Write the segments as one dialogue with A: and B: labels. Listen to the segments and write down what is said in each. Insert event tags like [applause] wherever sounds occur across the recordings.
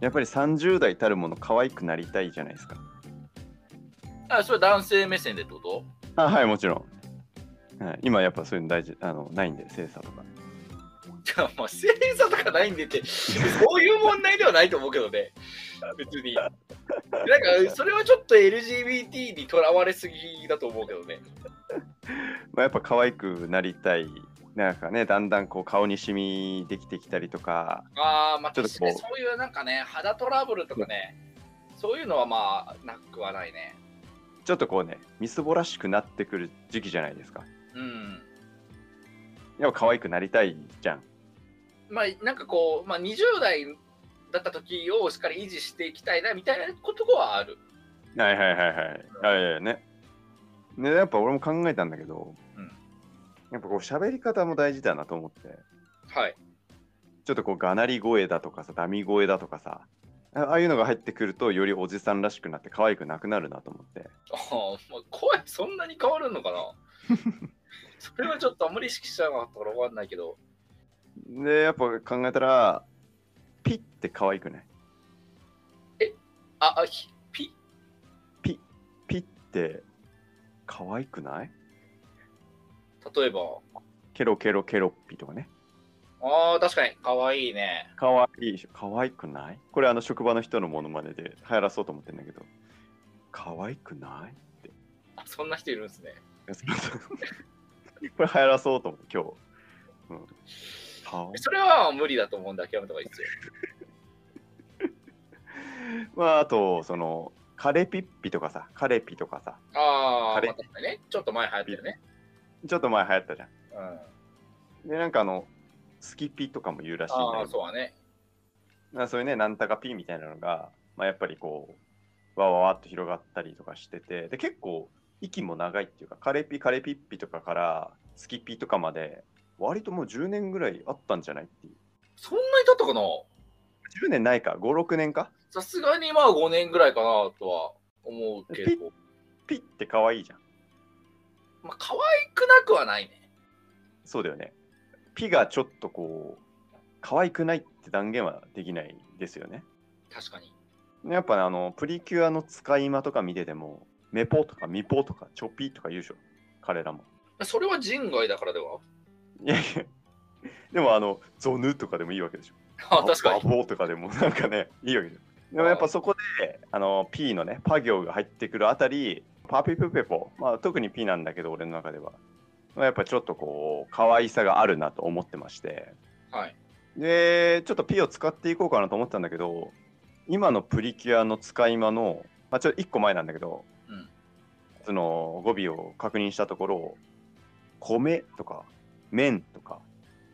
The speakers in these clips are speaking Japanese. A: やっぱり30代たるもの可愛くなりたいじゃないですか。
B: あそれ男性目線でってこと [laughs]
A: あはい、もちろん。はい、今やっぱそういうの大事あのないんで、精査とか。
B: じゃあまあ正座とかないんでって [laughs] そういう問題ではないと思うけどね別になんかそれはちょっと LGBT にとらわれすぎだと思うけどね
A: まあ、やっぱ可愛くなりたい。なんかね、だんだんこう顔にシミできてきたりとか、
B: ああまあ
A: ちょっ
B: 確
A: と
B: か
A: こう
B: にそういうなんかね肌トラブルとかねそういうのはまあなくはないね
A: ちょっとこうね、みすぼらしくなってくる時期じゃないですか。
B: うん
A: やっぱ可愛くなりたいじゃん。
B: まあなんかこう、まあ、20代だった時をしっかり維持していきたいなみたいなことはある
A: はいはいはいはい。あいやいやね。ね、やっぱ俺も考えたんだけど、
B: うん
A: やっぱこう喋り方も大事だなと思って、
B: はい
A: ちょっとこうがなり声だとかさ、ダミ声だとかさ、あああいうのが入ってくると、よりおじさんらしくなって可愛くなくなるなと思って。
B: [laughs] あーまあ声そんなに変わるのかな [laughs] それはちょっとあんまり意識してなかったから分かんないけど
A: で、やっぱ考えたら、ピって可愛くない
B: ああひピ
A: ピって可愛くない
B: 例えば
A: ケロケロケロッピとかね。
B: ああ確かにかわいいね
A: 可愛いでしょ可愛くないこれあの職場の人のモノマネで流行らそうと思ってんだけど、可愛く [laughs] ない
B: あそんな人いるんですね
A: これ流行らそうと思って今日。うん、顔
B: それは無理だと思うんで諦めた方がいいですよ
A: [laughs] まああとそのカレピッピとかさカレピとかさ
B: ああ、
A: 彼
B: まあ、確かにねちょっと前流行ったよね
A: ちょっと前流行ったじゃ
B: うんあ
A: ん。でなんかあのスキピとかも言うらしいんだ
B: あ
A: け
B: ー
A: ど
B: そうはね
A: まあそういうねなんたかピみたいなのが、まあ、やっぱりこうわわわっと広がったりとかしててで結構息も長いっていうかカレピカレピッピとかからスキピとかまで割ともう10年ぐらいあったんじゃないっていう
B: そんなに経ったかな
A: 10年ないか56年か
B: さすがにまあ5年ぐらいかなとは思うけ
A: ピ
B: ど
A: ピって可愛いじゃん
B: まあ可愛くなくはないね
A: そうだよね。ピがちょっとこう、可愛くないって断言はできないですよね。
B: 確かに
A: やっぱねあの、プリキュアの使い間とか見てても、メポとかミポとかチョピとか言うでしょ、彼らも。
B: それは人外だからではい
A: やいや、でもあの、ゾヌとかでもいいわけでしょ。
B: あ確かに
A: バボーとかでもなんかね、いいわけでしょ。でもやっぱそこで、あの、P のね、パ行が入ってくるあたり、パピプペポ、まあ特に P なんだけど、俺の中では。まあやっぱちょっとこう、可愛さがあるなと思ってまして。
B: はい
A: でちょっと P を使っていこうかなと思ったんだけど今のプリキュアの使い間の、まあ、ちょっと1個前なんだけど、
B: うん
A: その語尾を確認したところ「米」とか「麺」とか、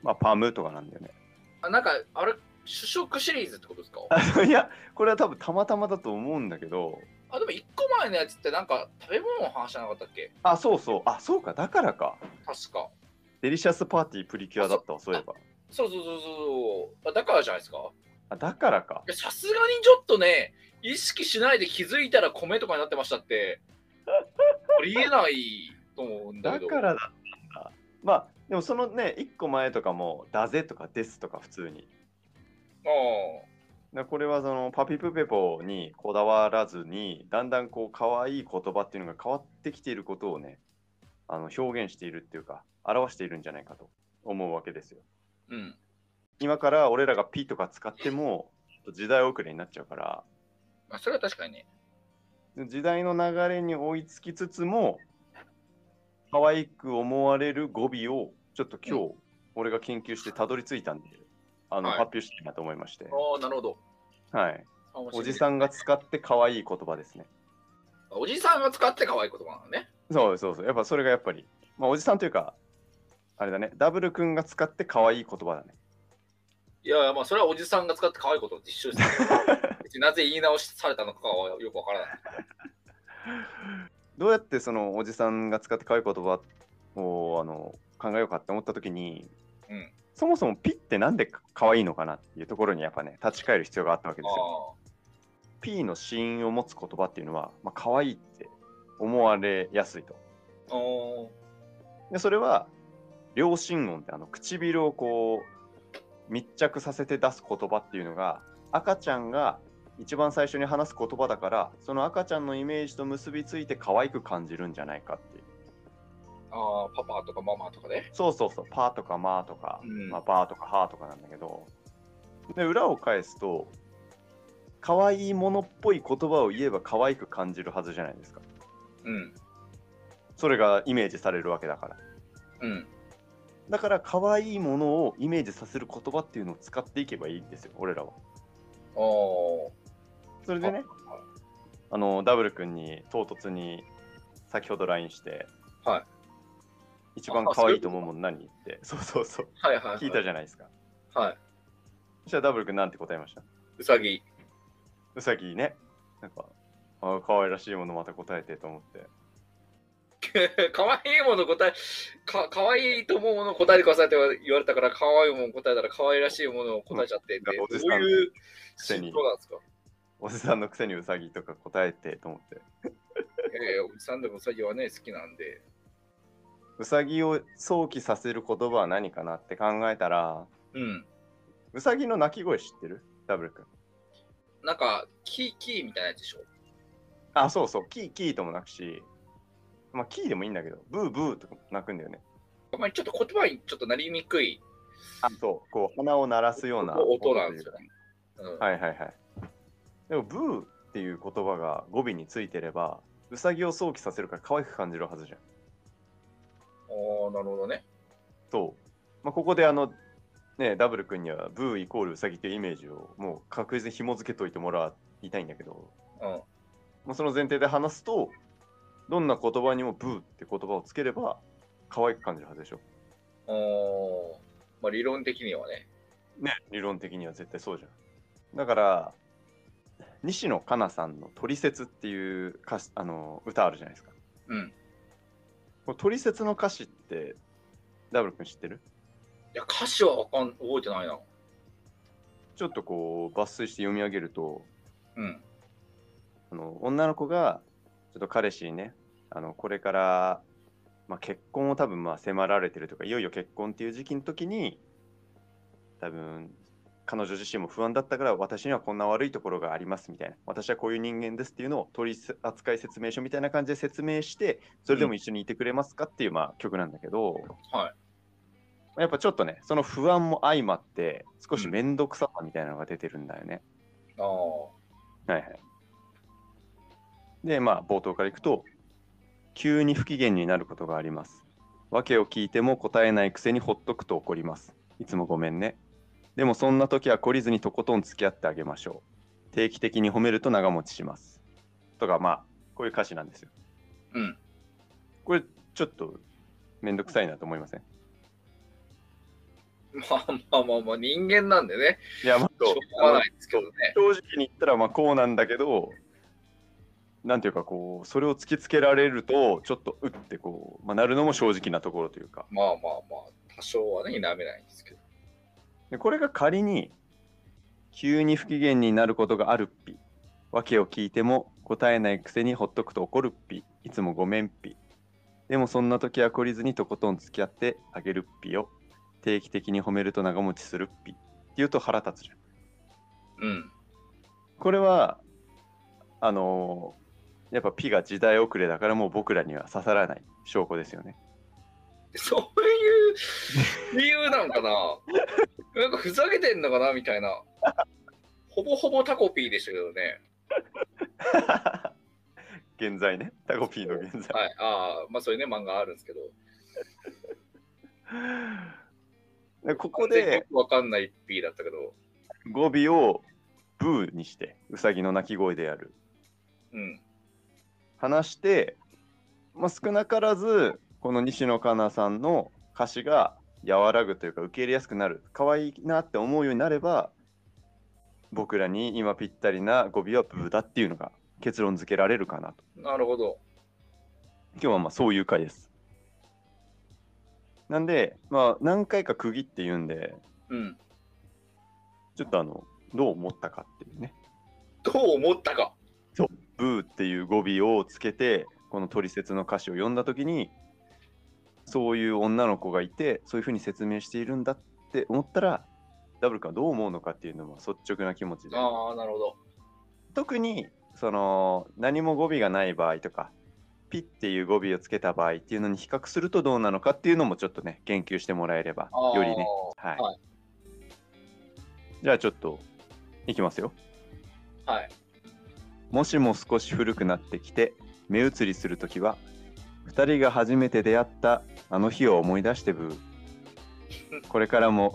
A: まあ、パムとかなんだよね。 [laughs]
B: あなんかあれ主食シリーズってことですか
A: いやこれは多分たまたまだと思うんだけど
B: あでも1個前のやつってなんか食べ物の話じゃなかったっけ
A: あそうそうあそうかだからか
B: 確か
A: デリシャスパーティープリキュアだったわそういえば
B: そうそうそうそうあだからじゃないですかい
A: あだからか
B: やさすがにちょっとね意識しないで気づいたら米とかになってましたってありえないと思うんだ
A: だ
B: けど
A: からだったんだまあでもそのね1個前とかも「だぜ」とか「です」とか普通に
B: ああ
A: でこれはそのパピプペポにこだわらずにだんだんこう可愛い言葉っていうのが変わってきていることをねあの表現しているっていうか表しているんじゃないかと思うわけですよ
B: うん
A: 今から俺らがピとか使っても時代遅れになっちゃうから
B: まあそれは確かにね
A: 時代の流れに追いつきつつも可愛く思われる語尾をちょっと今日、俺が研究してたどり着いたんであの、
B: はい
A: 発表したいなと思いまして、
B: ああなるほど
A: はい、
B: あ面白
A: お
B: い
A: じさんが使って可愛い言葉ですね
B: おじさんが使って可愛い言葉なのね
A: そうそうそう。やっぱそれがやっぱり、まあ、おじさんというか、あれだね、ダブル君が使って可愛い言葉だね。
B: いやいやまあそれはおじさんが使って可愛いことと一
A: [laughs]
B: 緒ですよ別になぜ言い直しされたのかはよくわからない
A: どうやってそのおじさんが使って可愛い言葉をあの考えようかって思った時に、
B: うん
A: そもそもピってなんで可愛いのかなっていうところにやっぱね、立ち返る必要があったわけですよ。
B: ああ
A: ピの子音を持つ言葉っていうのは、まあ、可愛いって思われやすいと。
B: お
A: でそれは両親音ってあの唇をこう密着させて出す言葉っていうのが赤ちゃんが一番最初に話す言葉だからその赤ちゃんのイメージと結びついて可愛く感じるんじゃないかっていう
B: ああ、パパとかママとかね。
A: そうそうそうパーとかマーとか、
B: うん
A: まあ、バーとかハーとかなんだけどで裏を返すと可愛いものっぽい言葉を言えば可愛く感じるはずじゃないですか
B: うん。
A: それがイメージされるわけだから
B: うん。
A: だから可愛いものをイメージさせる言葉っていうのを使っていけばいいんですよ俺らは
B: ああ。
A: それでね
B: は
A: あのダブル君に唐突に先ほど LINE して、
B: はい
A: 一番可愛いと思うもん何ってそうそうそう
B: はいはい、はい。
A: 聞いたじゃないですか
B: はい。
A: そしたらダブル君なんて答えました
B: うさぎ。 [laughs]
A: うさぎねなんかあ可愛らしいものまた答えてと思って
B: かわいいもの答え、かかわいいと思うもの答えてくださいって言われたから、かわいいもの答えたら、かわいらしいものを答えちゃって、
A: んだからおじ
B: ど
A: さん
B: ういう
A: くせに
B: そうなんですか。
A: おじさんのくせにうさぎとか答えてと思って
B: えやおじさんでもうさぎはね、好きなんで。
A: うさぎを想起させる言葉は何かなって考えたら
B: うん。
A: うさぎの鳴き声知ってるダブル君
B: なんか、キーキーみたいなやつでしょ。
A: あ、そうそう、キーキーともなくし、まあ、キーでもいいんだけど、ブーブーとか鳴くんだよね。
B: あんまりちょっと言葉にちょっとなりにくい。
A: あと、こう、鼻を鳴らすような
B: 音な
A: と
B: ん
A: い
B: です
A: う
B: よ
A: か
B: ね。うん、
A: はいはいはい。でも、ブーっていう言葉が語尾についてれば、うさぎを想起させるから可愛く感じるはずじゃん。
B: おーなるほどね。
A: そう。まあ、ここであの、ね、ダブル君にはブーイコールうさぎっていうイメージをもう確実に紐付けといてもらいたいんだけど、
B: うん。
A: まあ、その前提で話すと、どんな言葉にもブーって言葉をつければ可愛く感じるはずでしょ。
B: おーまあ、理論的にはね。
A: ね、理論的には絶対そうじゃん。だから、西野カナさんの「トリセツ」っていう歌詞あの歌あるじゃないですか。
B: うん。
A: これトリセツの歌詞って、ダブル君知ってる
B: いや、歌詞はわかん、覚えてないな。
A: ちょっとこう抜粋して読み上げると、
B: うん。
A: あの女の子がちょっと彼氏にね、あのこれから、まあ、結婚を多分まあ迫られてるとか、いよいよ結婚っていう時期の時に、多分彼女自身も不安だったから私にはこんな悪いところがありますみたいな私はこういう人間ですっていうのを取り扱い説明書みたいな感じで説明してそれでも一緒にいてくれますかっていうまあ曲なんだけど、
B: は
A: やっぱちょっとねその不安も相まって少し面倒くささみたいなのが出てるんだよね、
B: ああ。
A: はいはいでまあ冒頭からいくと急に不機嫌になることがあります訳を聞いても答えないくせにほっとくと怒りますいつもごめんねでもそんな時は懲りずにとことん付き合ってあげましょう定期的に褒めると長持ちしますとかまあこういう歌詞なんですよ
B: うん。 [laughs]
A: これちょっとめんどくさいなと思いません
B: まあまあまあまあ、人間なんでね。
A: いやまあ
B: しょうがないですけどね。
A: 正直に言ったらまあこうなんだけどなんていうかこうそれを突きつけられるとちょっとうってこう、まあ、なるのも正直なところというか
B: まあまあまあ、多少はね、否めないんですけど。
A: でこれが仮に急に不機嫌になることがあるっぴ訳を聞いても答えないくせにほっとくと怒るっぴいつもごめんっぴでもそんな時は懲りずにとことん付き合ってあげるっぴよ定期的に褒めると長持ちするっぴって言うと腹立つじゃん
B: うん。
A: これはあのーやっぱピが時代遅れだからもう僕らには刺さらない証拠ですよね。 [laughs]
B: そういう理由なんかな [laughs] なんかふざけてんのかなみたいな。ほぼほぼタコピーでしたけどね。
A: 現在ね、タコピーの現在。
B: はい。ああ、まあそういうね、漫画あるんですけど。
A: でここで
B: よくわかんないピーだったけど。
A: 語尾をブーにして、ウサギの鳴き声である。
B: うん。
A: 話して、まあ、少なからずこの西野カナさんの歌詞が和らぐというか受け入れやすくなる可愛いなって思うようになれば僕らに今ぴったりな語尾はブーだっていうのが結論付けられるかなと
B: なるほど。
A: 今日はまあそういう回ですなんでまあ何回か区切って言うんで
B: うん。
A: ちょっとあのどう思ったかっていうね
B: どう思ったか。
A: ブーっていう語尾をつけてこの「トリセツ」の歌詞を読んだ時にそういう女の子がいてそういうふうに説明しているんだって思ったらダブル君はどう思うのかっていうのも率直な気持ちで
B: ああ、なるほど。
A: 特にその何も語尾がない場合とかピっていう語尾をつけた場合っていうのに比較するとどうなのかっていうのもちょっとね研究してもらえれば
B: あー
A: よりねはい、
B: は
A: じゃあちょっといきますよ
B: はい
A: もしも少し古くなってきて目移りするときは2人が初めて出会ったあの日を思い出してブーこれからも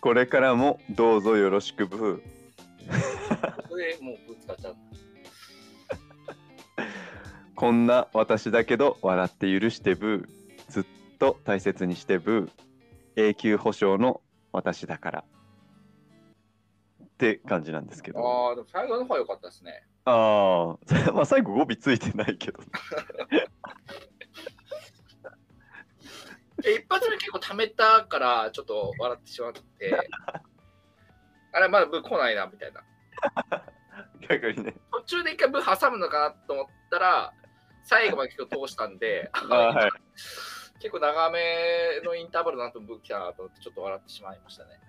A: これからもどうぞよろしくブー
B: これもうぶつかっちゃう。
A: こんな私だけど笑って許してブーずっと大切にしてブー永久保証の私だからって感じなんですけど
B: ああ、でも最後の方は良かったですね。
A: ああ [laughs] まあ最後語尾ついてないけど [laughs]
B: え一発目結構溜めたから、ちょっと笑ってしまって。 [laughs] あれ、まだブー来ないな、みたいな。
A: 逆にね
B: 途中で一回ブー挟むのかなと思ったら、最後まで結構通したんで、 [laughs]
A: あーはい
B: 結構長めのインターバルの後ブー来たなと思って、ちょっと笑ってしまいましたね。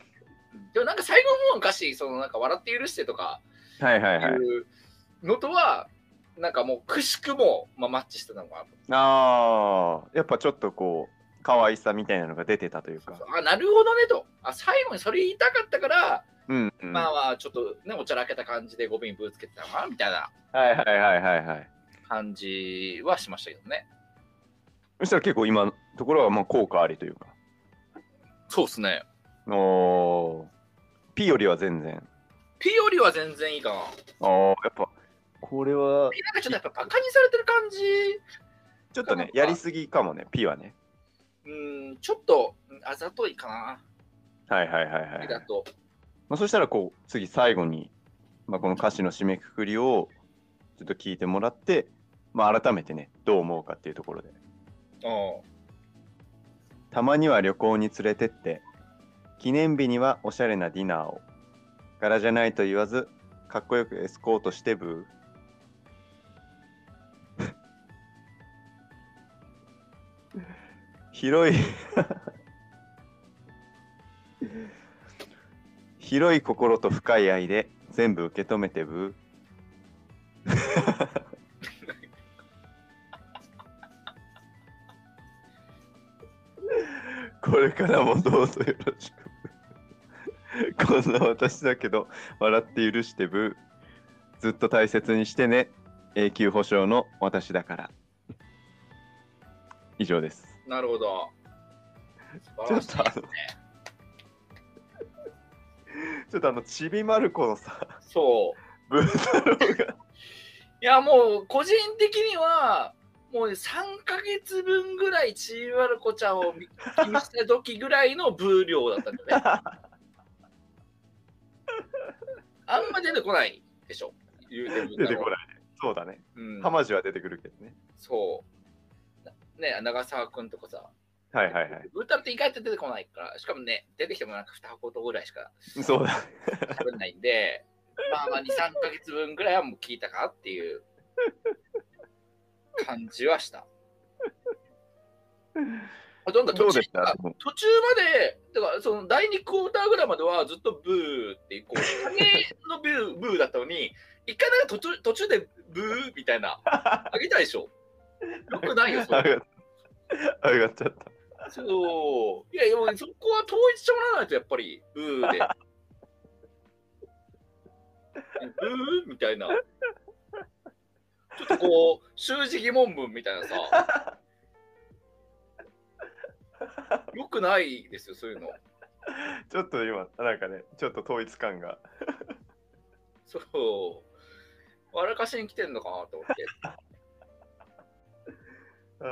B: [laughs] でもなんか最後の方の歌詞、そのなんか笑って許してとか
A: はいはい
B: い
A: はいう
B: のとは、なんかもうくしくも、まあ、マッチしてたのかなと。
A: ああやっぱちょっとこう可愛さみたいなのが出てたというか
B: あなるほどねとあ最後にそれ言いたかったから、
A: うん、うん、
B: まあ
A: は
B: まあちょっとねおちゃらけた感じで語尾にぶつけてたのかなみたいない
A: はいはいはいはい
B: 感じはしましたけどね
A: そしたら結構今のところはまあ効果ありというか
B: そうっすね
A: おー P よりは全然
B: P よりは全然いいか
A: [laughs]
B: な
A: ああ、やっぱ、これは、
B: なんかちょっとやっぱバカにされてる感じ
A: ちょっとね、やりすぎかもね、P はね。
B: うんちょっとうんあざといかな、
A: はいはいはいはい。
B: だと
A: まあ、そしたら、こう、次、最後に、まあ、この歌詞の締めくくりを、ちょっと聞いてもらって、まあ、改めてね、どう思うかっていうところで。
B: うん
A: たまには旅行に連れてって、記念日にはおしゃれなディナーを、柄じゃないと言わず、かっこよくエスコートしてブー。 [laughs] 広い [laughs] 広い心と深い愛で全部受け止めてブー。これからもどうぞよろしく。こんな私だけど笑って許してブー。ずっと大切にしてね。永久保証の私だから。以上です。
B: なるほど素
A: ち
B: 晴
A: ょ
B: ら
A: っ
B: しい
A: とあの、ちょっとあの、ちびまる子のさ、
B: そう
A: ブー太郎が、
B: [laughs] いやもう個人的にはもう3ヶ月分ぐらいちびまる子ちゃんを見気にした時ぐらいのブー量だったんだよね。あんま出てこないでしょ。言うて
A: 出てこ
B: ない。
A: ない。そうだね。
B: うん、
A: 浜地は出てくるけどね。
B: そう。ね長澤くんとかさ、
A: はいはいはい。
B: ブータンって意外と出てこないから、しかもね、出てきてもなんか2箱とぐらいしか
A: そうだ。
B: 食べないんで、まあまあ2、3ヶ月分ぐらいはもう聞いたかっていう感じはした。あどんど
A: ど
B: ん途
A: う
B: 中
A: でした
B: あ途中まで、だからその第2クォーターぐらいまではずっとブーってこう、影のブーブーだったのに、一回なんか途中途中でブーみたいな、あげたでしょ。よくないよ、そ
A: 上
B: れ。
A: がった。上がっちゃった。
B: そう。いや、でもそこは統一してもらわないと、やっぱり、ブーで。ブーみたいな。ちょっとこう、習字疑問文みたいなさ。よくないですよ、そういうの。
A: ちょっと今、なんかね、ちょっと統一感が。
B: そう。笑かしに来てんのかなと思って。
A: あー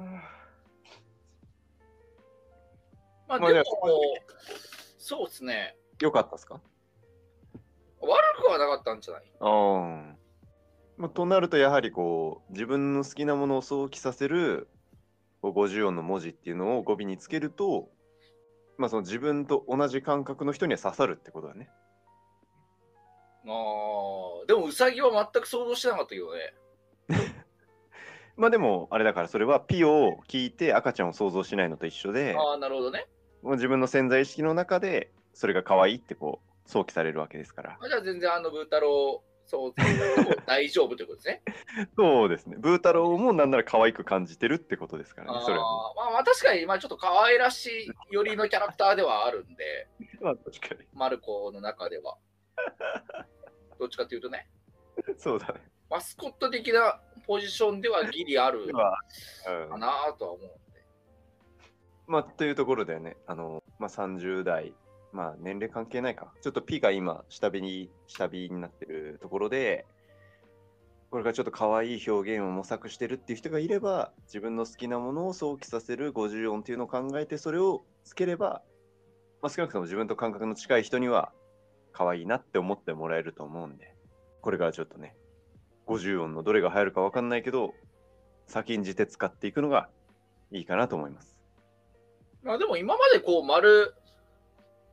A: あ
B: ま
A: ま
B: あ、で
A: あ
B: も
A: でも、
B: そうですね。
A: ーよかったですか
B: 悪くはなかったんじゃない
A: うん。まあとなると、やはりこう、自分の好きなものを想起させるこう50音の文字っていうのを語尾につけると、まあ、その自分と同じ感覚の人には刺さるってことだね。
B: あーでもウサギは全く想像してなかったけどね。
A: まあでもあれだからそれはピを聞いて赤ちゃんを想像しないのと一緒で
B: ああ、なるほどね。
A: もう自分の潜在意識の中でそれが可愛いってこう想起されるわけですから
B: あじゃあ全然あのブー太郎、そう、大丈夫ということで
A: [laughs]
B: すね。
A: そうですねブー太郎もなんなら可愛く感じてるってことですからね
B: あー
A: それは
B: まあまあ確かに、まあちょっと可愛らしい寄りのキャラクターではあるんで、
A: まあ確か
B: マルコの中
A: [laughs]
B: では。どっちかというとね、
A: にそうだね
B: マスコット的なポジションではギリある
A: ではうん
B: かなとは思うんで。
A: まあ、というところだよね。あの、まあ、30代、まあ、年齢関係ないか。ちょっと P が今、下火に、下火になってるところで、これからちょっと可愛い表現を模索してるっていう人がいれば、自分の好きなものを想起させる50音っていうのを考えて、それをつければ、まあ、少なくとも自分と感覚の近い人には、可愛いなって思ってもらえると思うんで、これからちょっとね、50音のどれが流行るか分かんないけど、先んじて使っていくのがいいかなと思います。
B: まあでも今までこう丸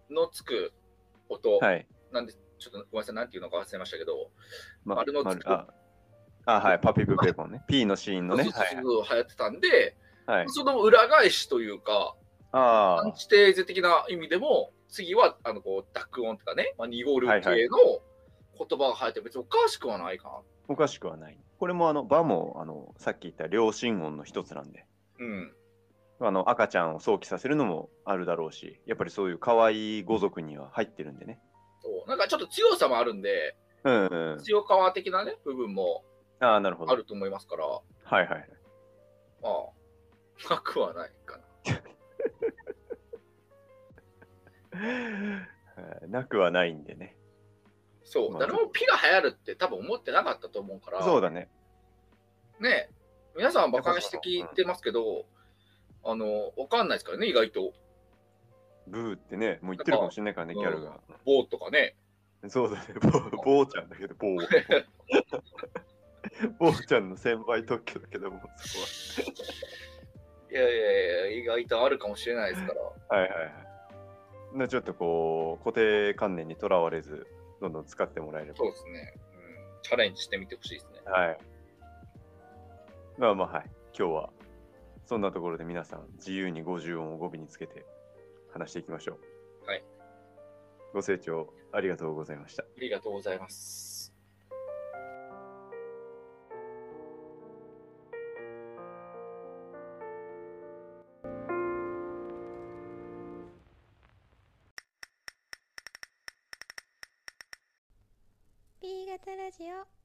B: のつく音、
A: はい。
B: なんで、ちょっとごめんなさい、なんていうのか忘れましたけど、
A: ま
B: 丸のつく
A: 丸ああ、はい、パピプペポンね。P のシーンのね。
B: そうそう
A: は
B: そう
A: い
B: 流行ってたんで、
A: はい。はい、
B: その裏返しというか、
A: あ
B: アンチテーゼ的な意味でも、次はあのこう濁音とかね、まあ、濁る系の
A: はいは
B: 言葉が入って、別におかしくはないか
A: ーおかしくはない。これもあの、バも、あの、さっき言った両心音の一つなんで、
B: な。うん。
A: あの、赤ちゃんを想起させるのもあるだろうし、やっぱりそういう可愛い語族には入ってるんでね。
B: そうなんかちょっと強さもあるんで、
A: うん、うん。
B: 強川的なね、部分も
A: ああ、なるほど。
B: あると思いますから、
A: はいはい。
B: まあ、なくはないかな。
A: はいなくはないんでね。
B: そう、
A: まあ
B: 誰もピが流行るって多分思ってなかったと思うから、
A: そうだね。
B: ね、皆さんバカにして聞いてますけど、あの、わかんないですからね、意外と。
A: ブーってね、もう言ってるかもしれないからね、ギ
B: なんか
A: ャルが。
B: 棒とかね。
A: そうだね、ぼぼうちゃんだけど、
B: [laughs]
A: ぼう。ぼうちゃんの先輩特許だけども、そこ
B: いやいやいや、意外とあるかもしれないですから。
A: は。はいはいはい。なちょっとこう、固定観念にとらわれず、どんどん使ってもらえれば。
B: そうですね。うん、チャレンジしてみてほしいですね。
A: はい。まあまあはい。今日は、そんなところで皆さん、自由に50音を語尾につけて話していきましょう。
B: はい。
A: ご清聴ありがとうございました。
B: ありがとうございます。
C: B 型ラジオ